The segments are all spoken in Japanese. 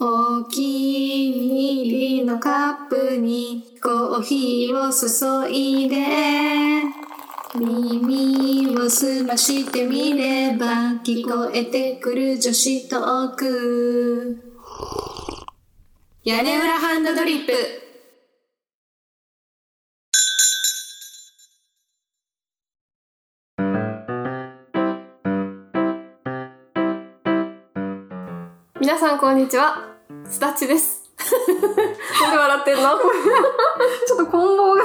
大きいビールのカップにコーヒーを注いで耳を澄ましてみれば聞こえてくる女子トーク屋根裏ハンドドリップ皆さんこんにちはすだっちです なんで笑ってんの ちょっとこん棒 が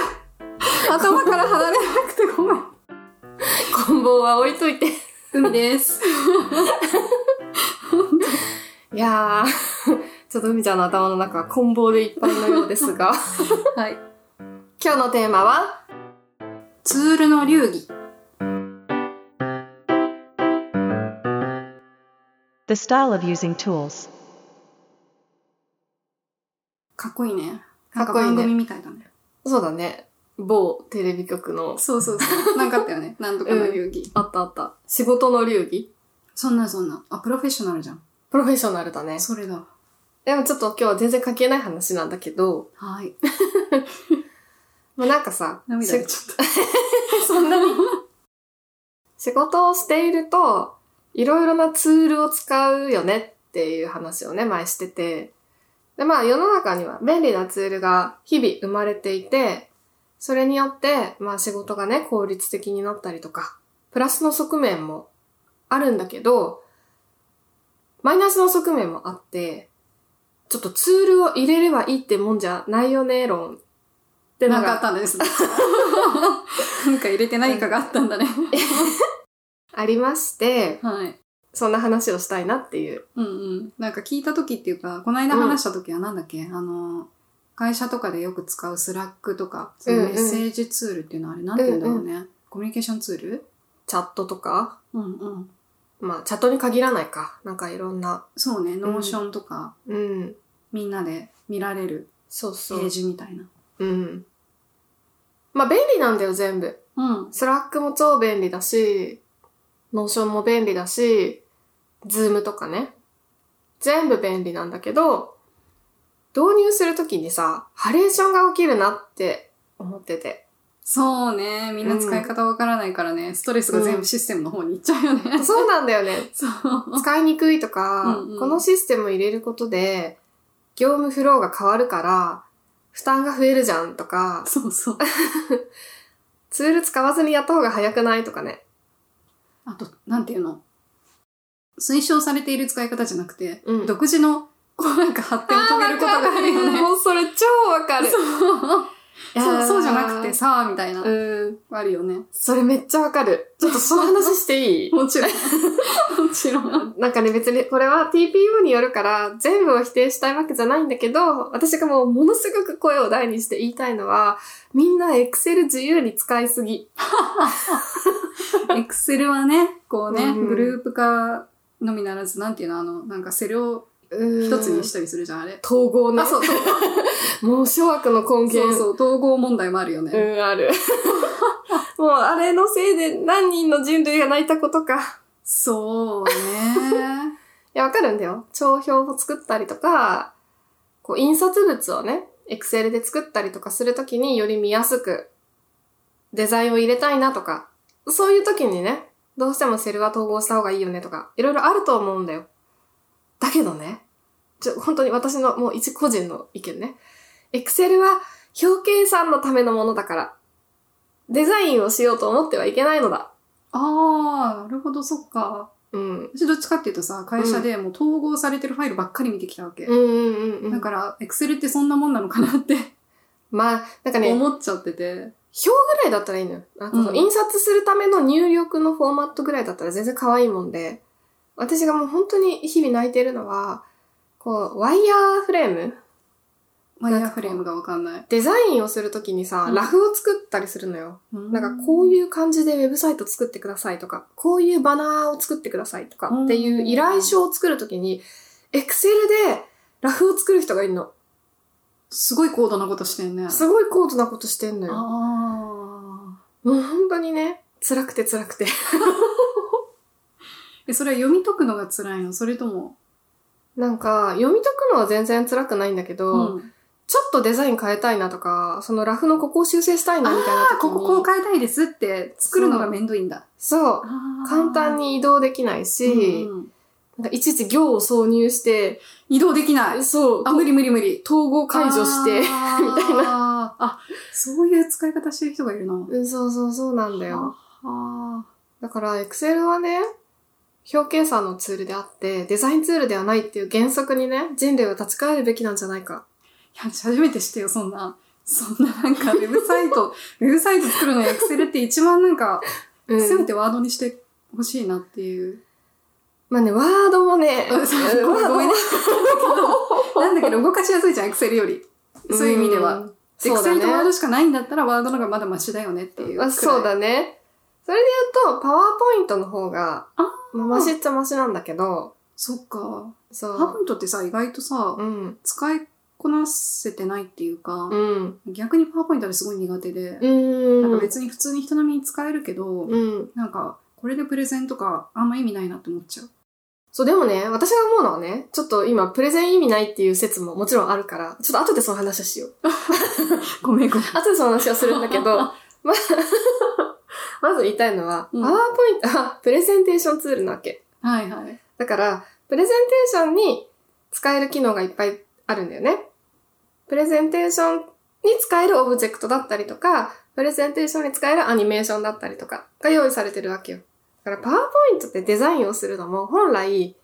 頭から離れなくてごめんこん棒は置いといて海です。いやーちょっと海ちゃんの頭の中はこん棒でいっぱいのようです がはい。今日のテーマはツールの流儀。 The style of using tools. かっこいいね。かっこいいねなん番組みたいだね。そうだね某テレビ局のそうそう そう。なんかあったよね。なんとかの流儀。あったあった仕事の流儀そんなそんな。あ、プロフェッショナルじゃん。プロフェッショナルだねそれだ。でもちょっと今日は全然関係ない話なんだけど はい。もうなんかさ涙出ちゃった。そんなに仕事をしていると、いろいろなツールを使うよねっていう話をね、前してて。で、まあ世の中には便利なツールが日々生まれていて、それによって、まあ仕事がね、効率的になったりとか、プラスの側面もあるんだけど、マイナスの側面もあって、ちょっとツールを入れればいいってもんじゃないよね、論ってのながんかあったん です。なんか入れて何かがあったんだね。ありまして、はい。そんな話をしたいなっていう。うんうん。なんか聞いた時っていうか、この間話した時はなんだっけ、あの、会社とかでよく使うスラックとか、そういうメッセージツールっていうのはあれ、なんて言うんだろうね。コミュニケーションツールチャットとか、うんうん。まあ、チャットに限らないか。なんかいろんな。そうね、ノーションとか、うん。みんなで見られるそうペそーう。ジみたいな。うん。まあ、便利なんだよ、全部。うん。スラックも超便利だし、ノーションも便利だし、ズームとかね。全部便利なんだけど、導入するときにさ、ハレーションが起きるなって思っ てて。そうね。みんな使い方わからないからね、ストレスが全部システムの方に行っちゃうよね。そうなんだよね。そう。使いにくいとか、うんうんこのシステムを入れることで、業務フローが変わるから、負担が増えるじゃんとか、そうそう。ツール使わずにやった方が早くないとかね。あと、なんていうの推奨されている使い方じゃなくて、うん独自の、こうなんか発展を遂げることがあるよね。もうそれ超わかる。いやーそう、そうじゃなくてさあ、みたいな、うん。あるよね。それめっちゃわかる。ちょっとその話 していいもちろん。もちろん。なんかね別にこれは TPO によるから全部を否定したいわけじゃないんだけど、私がもうものすごく声を大にして言いたいのは、みんな Excel 自由に使いすぎ。エクセルはね、こうね、うんグループ化のみならず、なんていうの、あの、なんかセルを一一つにしたりするじゃん、あれ。統合ね。あ、そう、 統合。もう諸悪の根源。そうそう、統合問題もあるよね。うん、ある。 もうあれのせいで何人の人類が泣いたことか。いそう ね。や、わかるんだよ。帳票を作ったりとか、こう、印刷物をね、Excel で作ったりとかするときにより見やすく、デザインを入れたいなとか、そういうときにね、どうしてもセルは統合した方がいいよねとか、いろいろあると思うんだよ。だけどね、ちょ、本当に私のもう一個人の意見ね。Excel は表計算のためのものだから、デザインをしようと思ってはいけないのだ。ああ、なるほど、そっか。うん。私どっちかっていうとさ、会社でもう統合されてるファイルばっかり見てきたわけ。うんうんうんうん。だから、エクセルってそんなもんなのかなってまあ、なんかね、表思っちゃってて。ぐらいだったらいいのよ。なんかそのうん印刷するための入力のフォーマットぐらいだったら全然可愛いもんで、私がもう本当に日々泣いてるのは、こう、ワイヤーフレームワイヤーフレームがわかんない。デザインをするときにさ、うんラフを作ったりするのよ。なんかこうういう感じでウェブサイト作ってくださいとか、こういうバナーを作ってくださいとかっていう依頼書を作るときに、エクセルでラフを作る人がいるの。ん。すごい高度なことしてんね。すごい高度なことしてんのよ。ああ。もう本当にね、辛くて辛くて。え、それは読み解くのが辛いのそれとも、なんか、読み解くのは全然辛くないんだけど、うん、ちょっとデザイン変えたいなとか、そのラフのここを修正したいなみたいな時に。こここう変えたいですって作るのがめんどいんだ。そう。簡単に、に移動できないし、うんうんなんかいちいち行を挿入して、移動できない。そう、あ、無理無理無理。統合解除して、あ ーみたいあ、そういう使い方してる人がいるな。うんそうそうそうなんだよ。あだから、Excel はね、表計算のツールであって、デザインツールではないっていう原則にね、人類は立ち返るべきなんじゃないか。ーいや、初めて知ってよ、そんな。そんななんか、ウェブサイト、 ウェブサイト作るのに Excel って一番なんか、うせめん。てワードにしてほしいなっていう。まあね、 ワードもね、うんそうごめんごめんね。なんだけど動かしやすいじゃん、Excel より。そういう意味では。ん。そうだ Excel ねとワードしかないんだったら、ワードの方がまだマシだよねっていうくらあい。そうだね。それで言うと、パワーポイントの方が、あまあ、マシっちゃマシなんだけど、そっか。そパワーポう。イントってさ、意外とさ、うん。使いこなせてないっていうか、うん。逆にパワーポイントですごい苦手で、うん。なんか別に普通に人並みに使えるけど、うん。なんか、これでプレゼンとかあんま意味ないなって思っ ちゃう。そう、でもね、私が思うのはね、ちょっと今、プレゼン意味ないっていう説ももちろんあるから、ちょっと後でその話をしよう。ごめんごめん。後でその話をするんだ けど、ま、 まず言いたいのは、うパんワーポイントはプレゼンテーションツールなわけ。はいはい。だから、プレゼンテーションに使える機能がいっぱいあるんだよね。プレゼンテーションに使えるオブジェクトだったりとか、プレゼンテーションに使えるアニメーションだったりとかが用意されてるわけよ。だから、パワーポイントってデザインをするのも本来、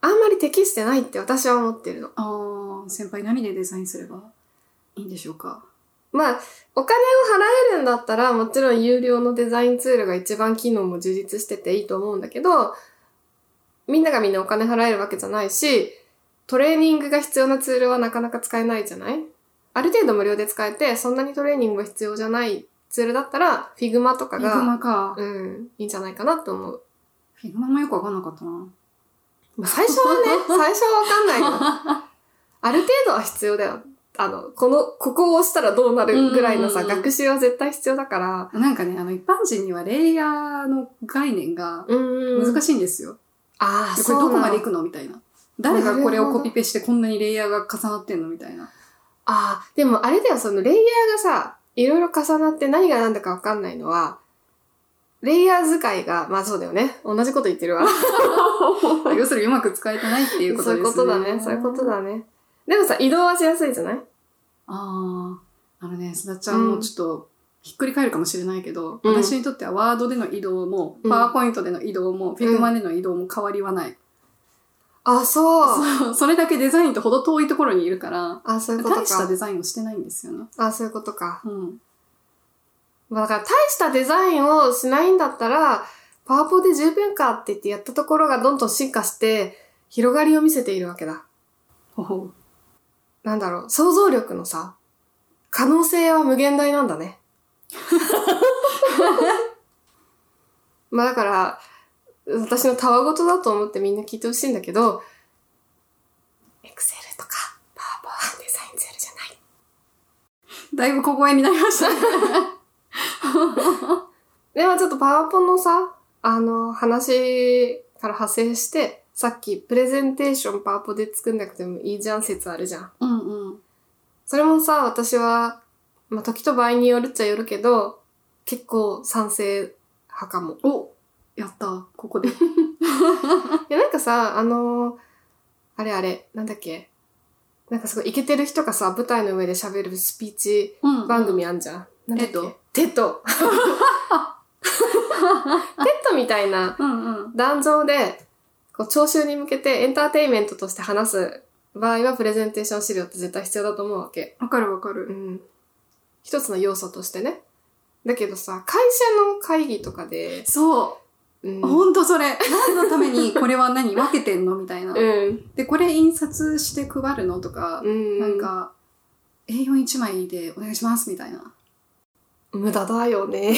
あんまり適してないって私は思ってるの。あー、先輩何でデザインすればいいんでしょうか。まあ、お金を払えるんだったら、もちろん有料のデザインツールが一番機能も充実してていいと思うんだけど、みんながみんなお金払えるわけじゃないし、トレーニングが必要なツールはなかなか使えないじゃないある程度無料で使えて、そんなにトレーニングが必要じゃないツールだったら、Figma とかフィグが、マか。うん、いいんじゃないかなと思う。フィグマもよくわかんなかったな。まあ最初 はね、最初はわかんないの。ある程度は必要だよ。あの、この、ここを押したらどうなるぐらいのさ、うんうんうん学習は絶対必要だから、なんかね、あの、一般人にはレイヤーの概念が難難しい。しいんですよ。あでこれどこまで行くくのみたいな。誰がこれをコピペしてこんなにレイヤーが重なってんのみたいな。ああ、でもあれだよ、そのレイヤーがさ、いろいろ重なって何が何だかわかんないのは、レイヤー使いが、まあそうだよね。同じこと言って るわ。要するにうまく使えてないっていうこそとうですいね。うことだね、そういうことだね。でもさ、移動はしやすいじゃないああ、あのね、すだちゃんもちょっと、ひっくり返るかもしれないけど、うん私にとってはワードでの移動も、うんパワーポイントでの移動も、フィグマでの移動も変わりはない。あ、そう。それだけデザインとほど遠いところにいるから、あ、そういうこと大したか。デザインをしてないんですよね。あ、そういうことか。うん。まあだから大したデザインをしないんだったら、パワポで十分かって言ってやったところがどんどん進化して、広がりを見せているわけだ。ほほなんだろう、想像力のさ、可能性は無限大なんだね。まあだから、私のたわごとだと思ってみんな聞いてほしいんだけど、エクセルとか、パワーポワーデザインツールじゃない。だいぶ小声になりましたね。ではちょっとパワーポのさ、あの、話から派生して、さっきプレゼンテーションパワーポで作んなくてもいいじゃん説あるじゃん。うんうん。それもさ、私は、まあ、時と場合によるっちゃよるけど、結構賛成派かも。おやった、ここで。いや、なんかさ、あのーあれあれ、なんだっけ。なんかすごいイケてる人がさ、舞台の上で喋るスピーチうん番組あんじゃん。なんだっけテッドテッドテッドみたいなうんうん。壇上で、こう、聴衆に向けてエンターテインメントとして話す場合は、プレゼンテーション資料って絶対必要だと思うわけ。わかるわかる。うん。一つの要素としてね。だけどさ、会社の会議とかで、そうう、ん。ほんとそれ。何のため にこれは何分けてんのみたいな。うん。で、これ印刷して配るのとか、うん。なん、か、A41 枚でお願いしますみたいな。無駄だよ ね。い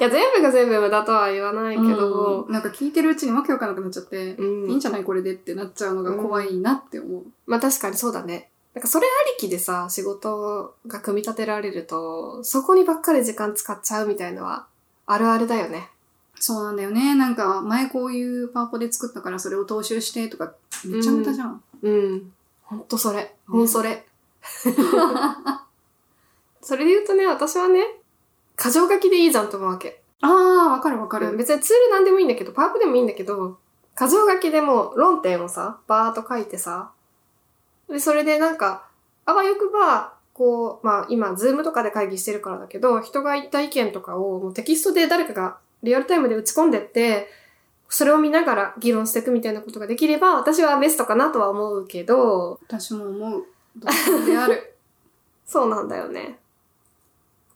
や、全部が全部無駄とは言わないけど、うんなんか聞いてるうちにわけわかんなくなっちゃって、うん。いいんじゃないこれでってなっちゃうのが怖いなって思う。まあ確かにそうだね。なんかそれありきでさ、仕事が組み立てられると、そこにばっかり時間使っちゃうみたいのは、あるあるだよね。そうなんだよね。なんか、前こういうパワポで作ったからそれを踏襲してとか、めっちゃ無駄じゃん。うん。ほんとそれ。ほんそ れ。それで言うとね、私はね、箇条書きでいいじゃんと思うわけ。ああ、わかるわかある。れ別にツールなんでもいいんだけど、パープでもいいんだけど、箇条書きでもう論点をさ、バーっと書いてさ、で、それでなんか、あわよくば、こう、まあ今、ズームとかで会議してるからだけど、人が言った意見とかをもうテキストで誰かがリアルタイムで打ち込んでって、それを見ながら議論していくみたいなことができれば、私はベストかなとは思うけど、私も思う。どうである。そうなんだよね。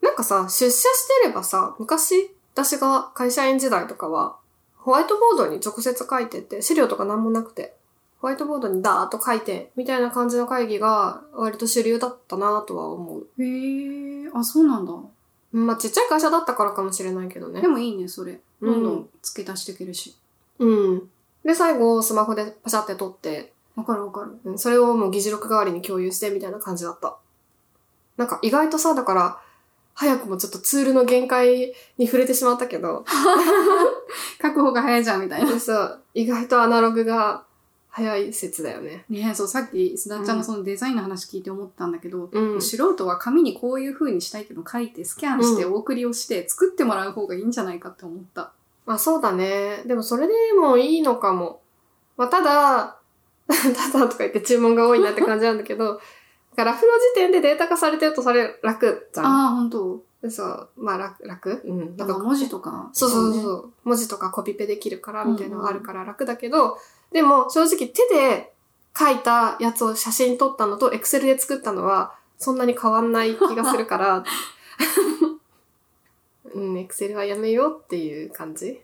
なんかさ、出社してればさ、昔、私が会社員時代とかは、ホワイトボードに直接書いてって、資料とか何もなくて、ホワイトボードにダーッと書いて、みたいな感じの会議が割と主流だったなとは思う。へえ、あ、そうなんだ。まあちっちゃい会社だったからかもしれないけどねで。もいいね、それ。うんどんどん付け足していけるし。うん。で、最後、スマホでパシャって撮って、わかるわかる。うんそれをもう議事録代わりに共有してみたいな感じだった。なんか意外とさ、だから、早くもちょっとツールの限界に触れてしまったけど、書く方が早いじゃん、みたいな。 そう、意外とアナログが早い説だよね。ねえ、そう、さっき、須田ちゃんのそのデザインの話聞いて思ったんだけど、うん。素人は紙にこういう風にしたいけど書いて、スキャンして、うお送りをして、作ってもらう方がいいんじゃないかって思った。まあそうだね。でもそれでもいいのかも。まあただ、 ただとか言って注文が多いなって感じなんだけど、だからラフの時点でデータ化されてるとそれ楽じゃん。ああ、本当そう、まあ楽、楽うん。なんか文字とか。そうそうそうねそう、文字とかコピペできるからみたいなのがあるから楽だけど、でも正直手で書いたやつを写真撮ったのとエクセルで作ったのはそんなに変わんない気がする から、うん、エクセルはやめようっていう感じ。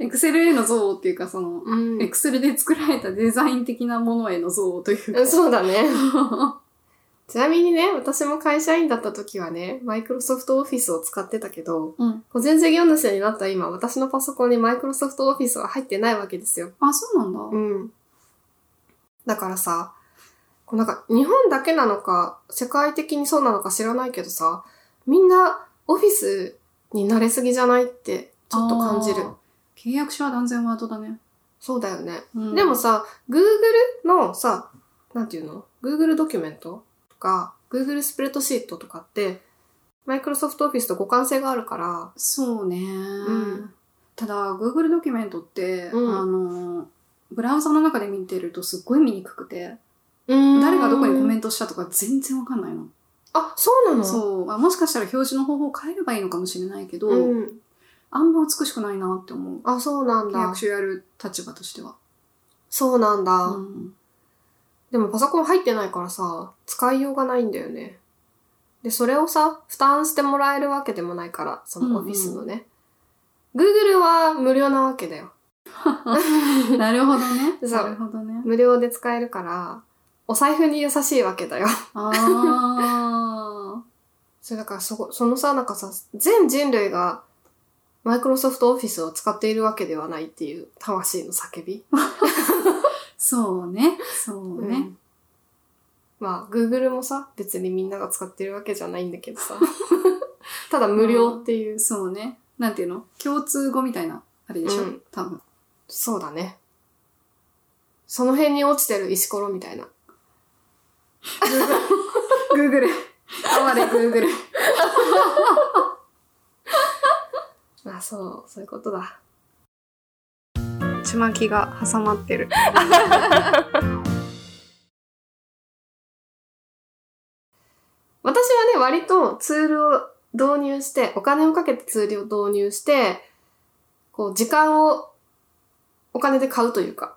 エクセルへの憎悪っていうか、その、うんエクセルで作られたデザイン的なものへの憎悪というか。そうだね。ちなみにね、私も会社員だった時はね、マイクロソフトオフィスを使ってたけど、うん個人事業主になった今、私のパソコンにマイクロソフトオフィスは入ってないわけですよ。あ、そうなんだ。うん。だからさ、こうなんか日本だけなのか、世界的にそうなのか知らないけどさ、みんなオフィスに慣れすぎじゃないってちょっと感じるあ。ー。契約書は断然ワードだね。そうだよね。うんでも、さ、Google のさ、なんていうの ?Google ドキュメントとか、Google スプレッドシートとかって、Microsoft Office と互換性があるから、そうね。んただ、Google ドキュメントって、うんあの、ブラウザの中で見てるとすっごい見にくくて、誰誰がどこにコメントントしたとか全然わかんないの。あ、そうなのそう、まあもしかしたら表示の方法を変えればいいのかもしれないけど、うん。あんま美しくないなって思う。あ、そうなん契だ約。書やる立場としては。そうなんだ。うんでもパソコン入ってないからさ、使いようがないんだよね。で、それをさ、負担してもらえるわけでもないから、そのオフィスのね。Google は無料なわけだよ。なるほどね。 そうなるほどね。無料で使えるから、お財布に優しいわけだよ。 ああ。それだからそこ、そのさ、なんかさ、全人類が、マイクロソフトオフィスを使っているわけではないっていう魂の叫び。 そうね。そううね。んまあ、Google もさ、別にみんなが使ってるわけじゃないんだけど さ。ただ無料っていう。そうね。なんていうの共通語みたいな、あれでしょ、うん多分。そうだね。その辺に落ちてる石ころみたいな。 Google。哀れ Google。あ、そう、そういうことだ。ちまきが挟まってる。私はね、割とツールを導入して、お金をかけてツールを導入して、こう、時間をお金で買うというか、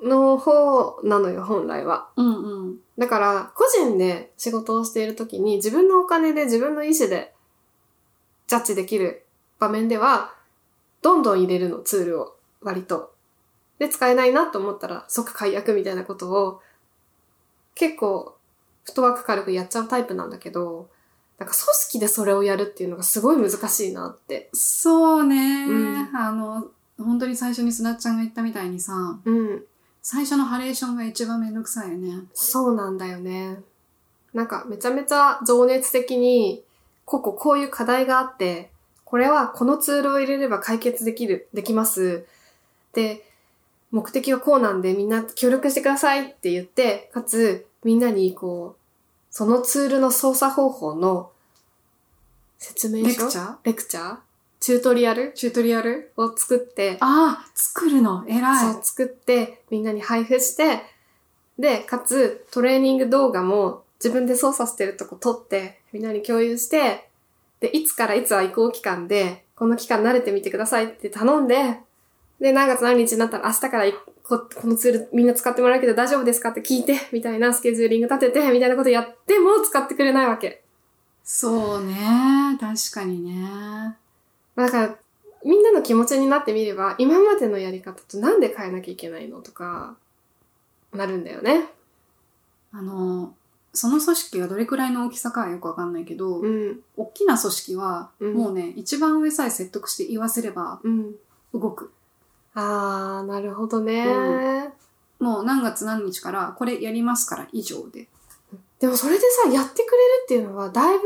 の方なのよ、本来は。うんうん。だから、個人で仕事をしているときに、自分のお金で自分の意思でジャッジできる場面では、どんどん入れるの、ツールを。割と。で、使えないなと思ったら、即解約みたいなことを、結構、フットワーク軽くやっちゃうタイプなんだけど、なんか組織でそれをやるっていうのがすごい難しいなって。そうね、うんあの、本当に最初にすなっちゃんが言ったみたいにさ、うん。最初のハレーションが一番めんどくさいよね。そうなんだよね。なんかめちゃめちゃ情熱的に、こここういう課題があって、これはこのツールを入れれば解決できる、できます。で、目的はこうなんでみんな協力してくださいって言って、かつみんなにこう、そのツールの操作方法の説明レ書クチャーレクチャーチュートリアルチュートリアルを作って、ああ、作るの、偉い。そう作って、みんなに配布して、で、かつ、トレーニング動画も自分で操作してるとこ撮って、みんなに共有して、で、いつからいつは移行期間で、この期間慣れてみてくださいって頼んで、で、何月何日になったら明日からいここのツールみんな使ってもらうけど大丈夫ですかって聞いて、みたいなスケジューリング立てて、みたいなことやっても使ってくれないわけ。そうね。確かにね。だから、みんなの気持ちになってみれば、今までのやり方となんで変えなきゃいけないのとか、なるんだよね。あの、その組織がどれくらいの大きさかはよくわかんないけど、うん。大きな組織は、うんもうね、一番上さえ説得して言わせればうん。動く。あー、なるほどね、うもう何月何日からこれやりますから以上で。でもそれでさ、やってくれるっていうのは、だいぶ、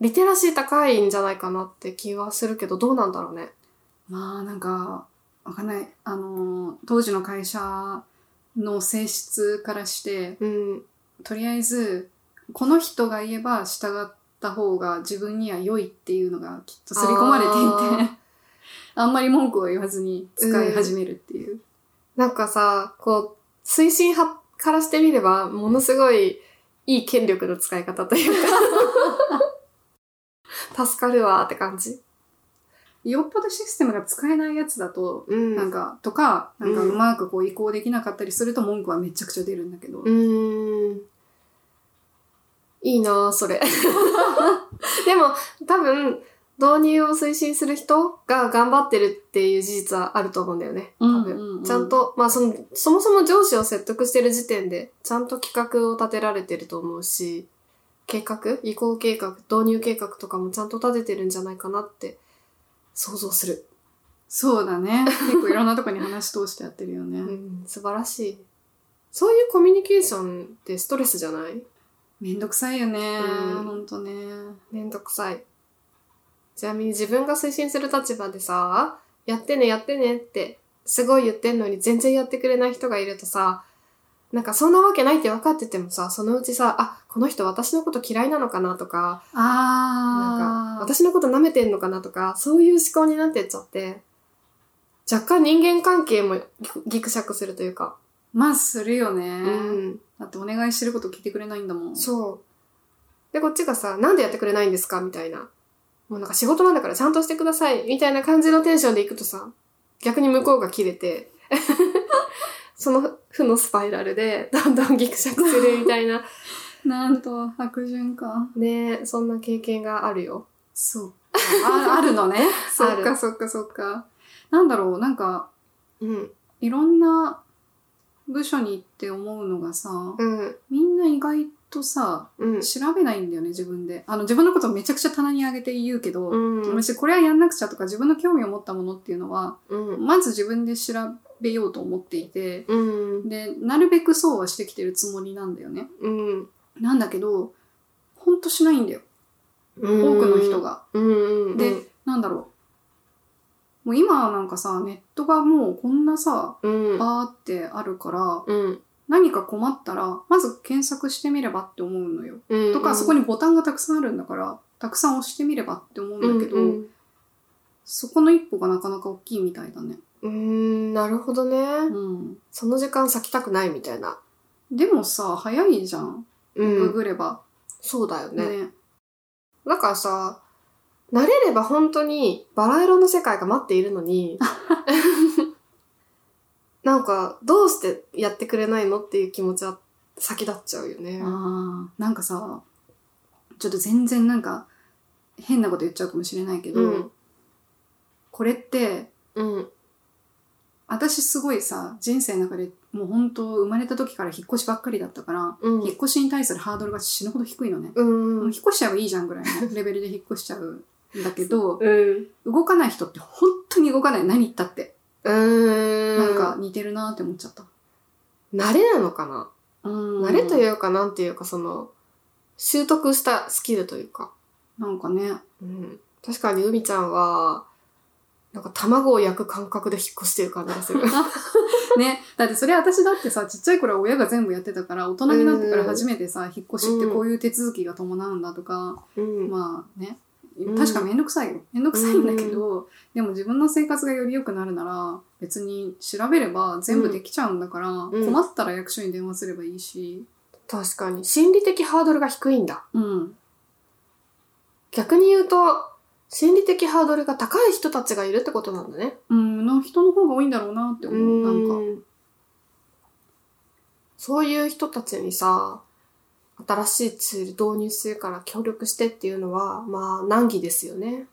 リテラシー高いんじゃないかなって気はするけど、どうなんだろうね。まあなんか、わかんない。あの、当時の会社の性質からして、うん。とりあえず、この人が言えば従った方が自分には良いっていうのがきっと刷り込まれていて、あんまり文句を言わずに使い始めるっていう。なんかさ、こう、推進派からしてみれば、ものすごいいい権力の使い方と いうか、助かるわーって感じ。よっぽどシステムが使えないやつだと、うん。なんか、とか、なんかうんうまくこう移行できなかったりすると文句はめちゃくちゃ出るんだけど。うーん。いいなあそれ。 でも、多分、導入を推進する人が頑張ってるっていう事実はあると思うんだよね。多分。うんうんうんちゃんと、まあその、そもそも上司を説得してる時点で、ちゃんと企画を立てられてると思うし、計画移行計画、導入計画とかもちゃんと立ててるんじゃないかなって、想像する。そうだね。結構いろんなとこに話通してやってるよね。うん、素晴らしい。そういうコミュニケーションってストレスじゃないめんどくさいよね。うんほんとね。めんどくさい。ちなみに自分が推進する立場でさ、やってねやってねって、すごい言ってんのに全然やってくれない人がいるとさ、なんかそんなわけないって分かっててもさ、そのうちさ、あ、この人私のこと嫌いなのかなとか、あー。なんか私のこと舐めてんのかなとか、そういう思考になってっちゃって、若干人間関係もぎくぎくしゃくするというか、まあ、するよね、うん。だってお願いしてること聞いてくれないんだもん。そう。で、こっちがさ、なんでやってくれないんですかみたいな。もうなんか仕事なんだからちゃんとしてください。みたいな感じのテンションで行くとさ、逆に向こうが切れて、 その負のスパイラルで、どんどんギクシャクするみた いな。なんと、悪循環。ねえそんな経験があるよ。そう。ああるのね。そっ あるかそっかそっか。なんだろう、なんか、うん。いろんな部署に行って思うのがさ、うん。みんな意外とさ、うん。調べないんだよね、自分で。あの、自分のことめちゃくちゃ棚に上げて言うけど、うん。私これはやんなくちゃとか自分の興味を持ったものっていうのは、うん。まず自分で調べようと思っていて、うん。で、なるべくそうはしてきてるつもりなんだよね。うん。なんだけど、ほんとしないんだよ。多多くの人。が。うん。で、なんだろう。もう今はなんかさ、ネットがもうこんなさ、うん。バーってあるから、うん。何か困ったら、まず検索してみればって思うのよ。うん。とか、そこににボタンがたくさんあるんだから、たくさん押してみればって思うんだけど、うんそこの一歩がなかなか大きいみたいだね。うんうん、なるほどね。うん。その時間割きたくないみたいな。でもさ、早いじゃん。うグん。グれば。そうだよね。ね。だからさ、慣れれば本当にバラ色の世界が待っているの に、なんか、どうしてやってくれないのっていう気持ちは先立っちゃうよね。あーなんかさ、ちょっと全然なんか、変なこと言っちゃうかもしれないけど、うん。これって、うん。私すごいさ、人生の中でもう本当生まれた時から引っ越しばっかりだったから、うん引っ。越しに対するハードルが死ぬほど低いのね。うんもう。引っ越しちゃえばいいじゃんぐらい のレベルで引っ越しちゃうんだけど、うん。動かない人って本当に動かない。何言ったって。うん。なんか、似てるなって思っちゃった。慣れなのかな、うん慣れというか、なんていうか、その、習得したスキルというか。なんかね、うん。確かに海ちゃんは、なんか卵を焼く感覚で引っ越してる感じがする。 ね。だってそれ私だってさ、ちっちゃい頃は親が全部やってたから、大人になってから初めてさ、引っ越しってこういう手続きが伴うんだとか、 うん。まあねうん。確かめんどくさいよ。めんどくさいんだけど、でも自分の生活がより良くなるなら、別に調べれば全部できちゃうんだから、ん困ったら役所に電話すればいいし、確かに。心理的ハードルが低いんだ。うん。逆に言うと、心理的ハードルが高い人たちがいるってことなんだね。うん、の人の方が多いんだろうなって思う。なんか。んか。そういう人たちにさ、新しいツール導入するから協力してっていうのは、まあ難儀ですよね。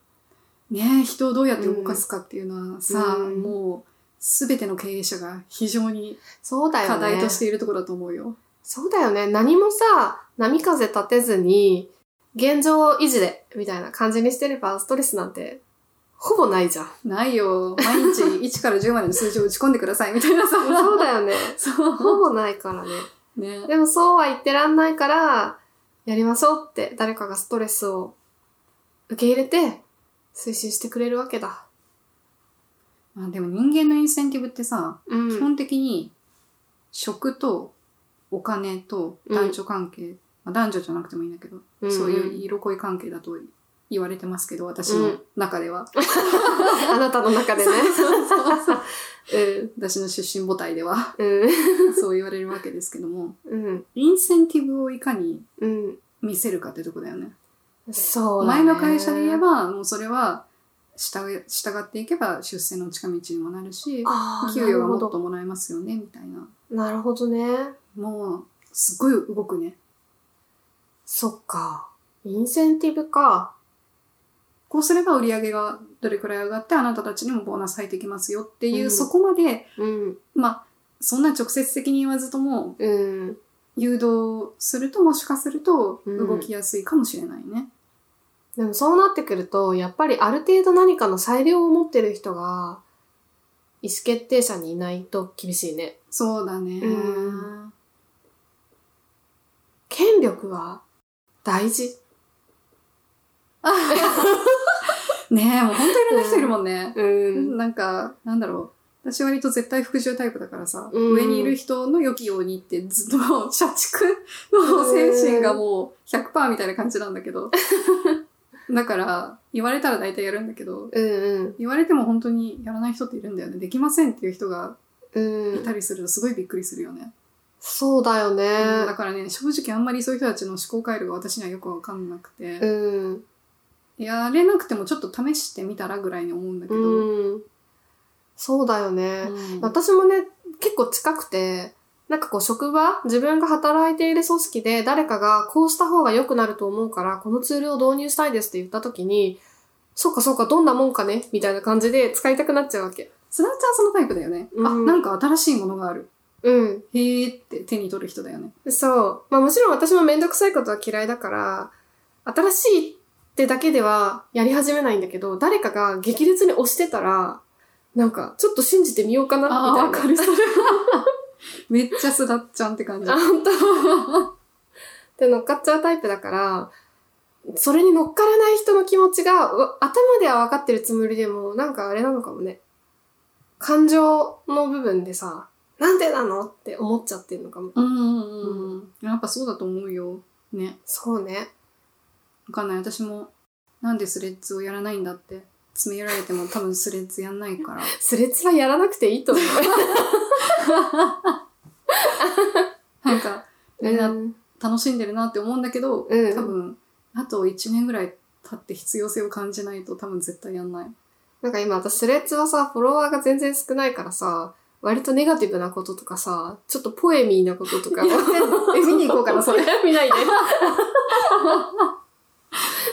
ね人をどうやって動かすかっていうのはさ、うんもう、すべての経営者が非常にそうだよね。課題としているところだと思うよ。そうだよね。何もさ、波風立てずに、現状維持で、みたいな感じにしてれば、ストレスなんて、ほぼないじゃん。ないよ。毎日 1から10までの数字を打ち込んでくださいみたいなさ。そうだよね。そほぼないから ね。う。ね。でもそうは言ってらんないから、やりましょうって、誰かがストレスを受け入れて、推進してくれるわけだ。まあでも人間のインセンティブってさ、う基ん。本的に、食とお金と男女関係、まあ男女じゃなくてもいいんだけど、そういう色恋関係だと言われてますけど、私の中で は。あなたの中でね。私の出身母体では、 うん。うん。そう言われるわけですけども。うん。インセンティブをいかにうん。見せるかってとこだよね。そうだね前の会社で言え、ば、もうそれは従え、従っていけば出世の近道にもなるし、あー給与がもっともらえますよね、みたいな。なるほどね。もう、すっごい動くね。そっか。インセンティブか。こうすれば売り上げがどれくらい上がって、あなたたちにもボーナス入ってきますよっていう、うんそこまで、うん。まあ、そんな直接的に言わずとも、うん。誘導するともしかするとうん動きやすいかもしれないね。でもそうなってくると、やっぱりある程度何かの裁量を持ってる人が、意思決定者にいないと厳しいね。そうだね。うん権力は大事。ねえ、もう本当いろんな人いるもんね。うん。なんか、なんだろう。私割と絶対服従タイプだからさ、うん上にいる人の良きようにってずっともう社畜の精神がもう100%みたいな感じなんだけど。 だから、言われたら大体やるんだけど、うん言われても本当にやらない人っているんだよね。できませんっていう人がうん。ういたん。りするとすごいびっくりするよね。そうだよだね。からね、正直あんまりそういう人たちの思考回路が私にはよくわかんなくて、うん。やれなくてもちょっと試してみたらぐらいに思うんだけど。うん。そうだよね。うん私もね、結構近くて、なんかこう職場、自分が働いている組織で誰かがこうした方が良くなると思うから、このツールを導入したいですって言った時に、そうかそうか、どんなもんかねみたいな感じで使いたくなっちゃうわけ。すなちゃんそのタイプだよね。うんあ、なんか新しいものがある。うん。へーって手に取る人だよね。そう。まあもちろん私もめんどくさいことは嫌いだから、新しいってだけではやり始めないんだけど、誰かが激烈に押してたら、なんか、ちょっと信じてみようかな、みあーたいな。わかる、それ。めっちゃすだっちゃんって感じ。あ、本当 で、乗っかっちゃうタイプだから、それに乗っからない人の気持ちが、うわ頭では分かってるつもりでも、なんかあれなのかもね。感情の部分でさ、なんでなのって思っちゃってるのかも。うんうんうんうん。やっぱそうだと思うよ。ね。そうね。わかんない。私も、なんでスレッズをやらないんだって。詰め寄られても多分スレッズやんない から。スレッズはやらなくていいと思う。なんか、みんなうん楽しんでるなって思うんだけど、うん多分、あと1年ぐらい経って必要性を感じないと多分絶対やんない。なんか今私スレッズはさ、フォロワーが全然少ないからさ、割とネガティブなこととかさ、ちょっとポエミーなこととか。 え、見に行こうかな、それ。。 見ないで。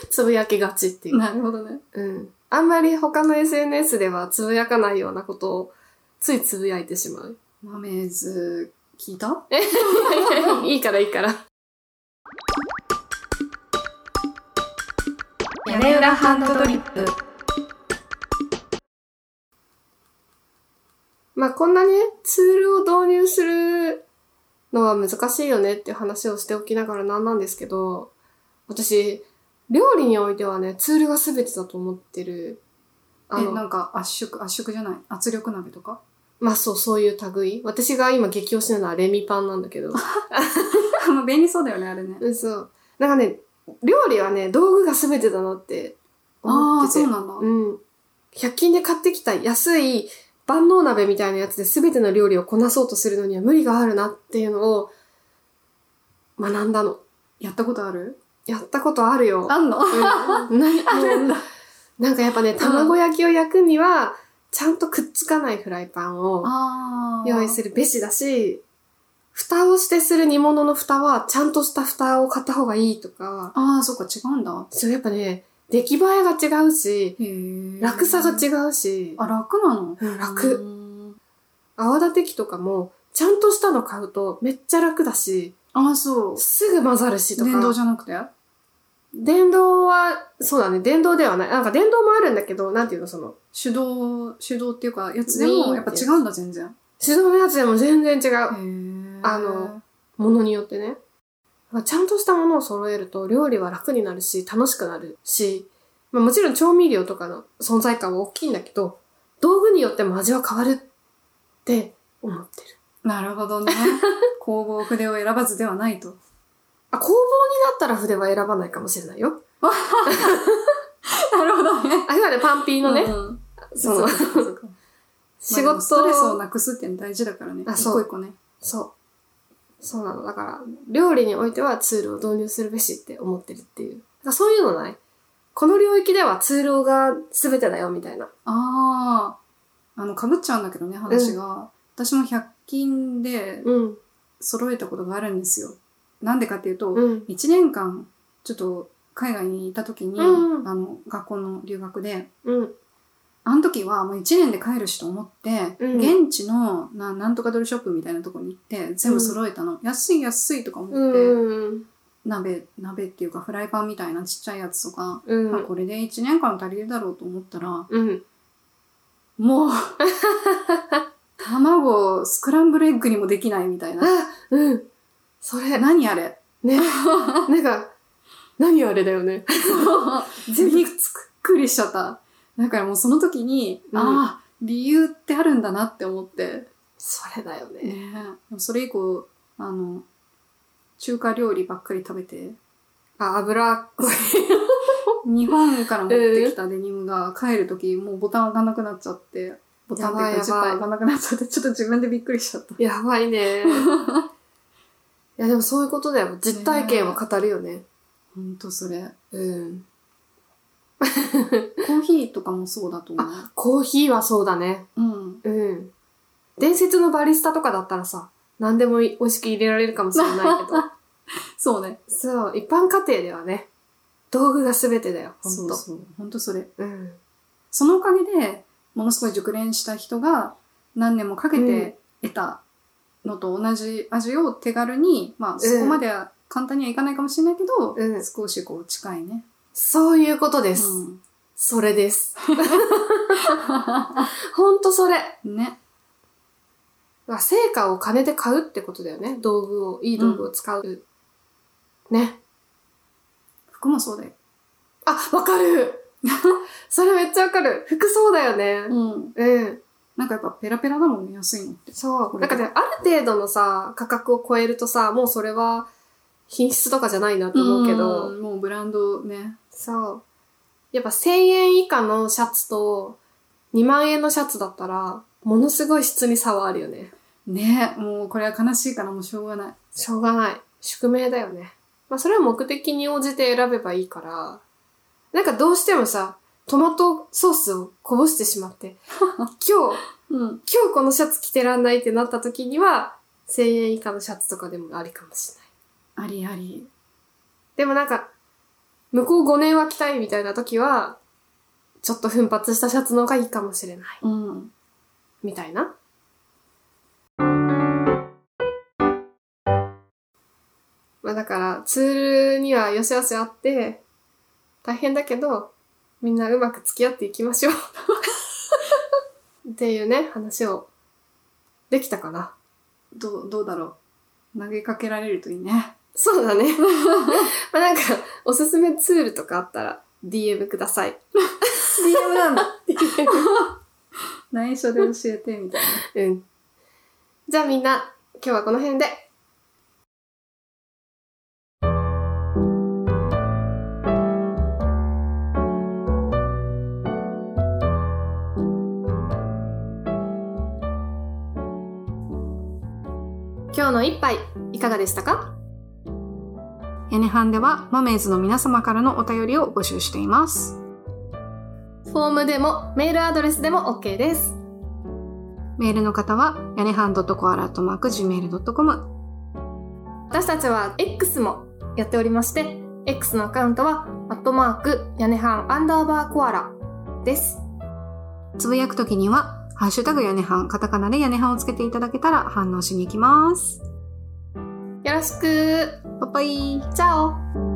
つぶやきがちってい う。なるほどね。うん。あんまり他の SNS ではつぶやかないようなことをついつぶやいてしまう。マメーズ、聞いた いいからいいから。屋根裏ハンドドリップ。まあこんなね、ツールを導入するのは難しいよねっていう話をしておきながらなんなんですけど、私、料理においてはね、ツールが全てだと思ってる。あえ、なの、んか圧縮、圧縮じゃない圧力鍋と かまあそう、そういう類。私が今激推しなのはレミパンなんだ けど。まあ便利そうだよね、あれね。うん、そう。なんかね、料理はね、道具が全てだなってあ思あっー、てそて。うなんだ。うん。100均で買ってきた安い万能鍋みたいなやつで全ての料理をこなそうとするのには無理があるなっていうのを学んだの。やったことあるやったことあるよ。あんのうん、なもうなんかやっぱね、卵焼きを焼くには、ちゃんとくっつかないフライパンをああ。用意するべしだし、蓋をしてする煮物の蓋は、ちゃんとした蓋を買った方がいいとか、ああ、そっか、違うんだ。そうやっぱね、出来栄えが違うし、へえ。楽さが違うし、あ、楽なのうん楽うん泡立て器とかも、ちゃんとしたの買うとめっちゃ楽だし、ああ、そう。すぐ混ざるしとか。電動じゃなくて電動は、そうだね、電動ではない。なんか電動もあるんだけど、なんていうの、その、手動、手動っていうか、やつでウィーンっもてやっぱ違うんだ、全然。へ手動のやつでも全然違う。え。あの、ものによってね。だからちゃんとしたものを揃えると料理は楽になるし、楽しくなるし、まあ、もちろん調味料とかの存在感は大きいんだけど、道具によっても味は変わるって思ってる。なるほ どね。工房筆を選ばずではないと。あ、工房になったら筆は選ばないかもしれないよ。なるほどね。あ、今ね、パンピーのね、うんその、っかそっかまあ仕でも事ストレスをなくすっていうの大事だからね。あそ一個う一個ね。そう。そうなの。だから、料理においてはツールを導入するべしって思ってるっていう。だからそういうのない。この領域ではツールが全てだよ、みたいな。ああ、あの、かぶっちゃうんだけどね、話が。私も100均でうん。揃えたことがあるんですよ。なんでかっていうと、うん。 1年間、ちょっと海外にいた時に、うんうんあの、学校の留学で、うん。あの時はもう1年で帰るしと思って、うん現地のななんとかドルショップみたいなとこに行って、全部揃えたの。安い安いとか思って、うん。鍋、鍋っていうかフライパンみたいなちっちゃいやつとか、うん。まあこれで1年間足りるだろうと思ったら、うん。もう、卵をスクランブルエッグにもできないみたいな。 あ、うん。それ、ね。何あれなんか、何あれだよね。 全部びっくりしちゃった。だからもうその時に、うんああ、理由ってあるんだなって思って。それだよね。ねえそれ以降、あの、中華料理ばっかり食べて、あ、油っこい。日本から持ってきたデニムが帰る時、もうボタン開かなくなっちゃって、ボタンっていうかジやッばパーいやば開いかなくなっちゃって、ちょっと自分でびっくりしちゃった。やばいね。いや、でもそういうことだよ。実体験は語るよね。ほんとそれ。うん。コーヒーとかもそうだと思う。コーヒーはそうだね。うん。うん。伝説のバリスタとかだったらさ、何でもい美味しく入れられるかもしれないけど。 そうね。そう、一般家庭ではね、道具が全てだよ、ほんと。そうそう。ほんとそれ。うん。そのおかげで、ものすごい熟練した人が何年もかけうんて得たのと同じ味を手軽に、まあそこまでは簡単にはいかないかもしれないけど、うん少しこう近いね。そういうことです。うそ れです。ほんとそれ。ん、ね。まあ成果を金で買うってことだよね。道具を、いい道具を使う。ね。服もそうだよ。あ、わか るそれめっちゃわかる。服そうだよね。うん。うん。なんかやっぱペラペラだもんね、安いのって。そう。こなれんかね、ある程度のさ、価格を超えるとさ、もうそれは品質とかじゃないなと思うけど、んもうブランドね。そう。やっぱ1000円以下のシャツと2万円のシャツだったら、ものすごい質に差はあるよね。ねもうこれは悲しいからもうしょうがない。しょうがない。宿命だよね。まあそれは目的に応じて選べばいいから、なんかどうしてもさ、トマトソースをこぼしてしま って、今日、うん。今日このシャツ着てらんないってなった時には、1000円以下のシャツとかでもありかもしれない。ありあり。でもなんか、向こう5年は着たいみたいな時は、ちょっと奮発したシャツの方がいいかもしれない。うん。みたいな。まあだから、ツールにはよしあしあって、大変だけど、みんなうまく付き合っていきましょう。っていうね、話を、できたかな。どう、どうだろう。投げかけられるといいね。そうだね。 まあなんか、おすすめツールとかあったら DM ください。 DM なんだ。 内緒で教えてみたいな。うん。じゃあみんな、今日はこの辺で。今日の一杯いかがでしたか屋根班ではマメーズの皆様からのお便りを募集しています。フォームでもメールアドレスでも OK です。 メールの方は、屋根班 .coala.gmail.com 私たちは X もやっておりまして、X のアカウントは、アットマーク、屋根半アンダーバーコアラです。つぶやくときには、ハッシュタグ屋根班、カタカナで屋根班をつけていただけたら反応しに行きます。よろしくバイバイ。チャオ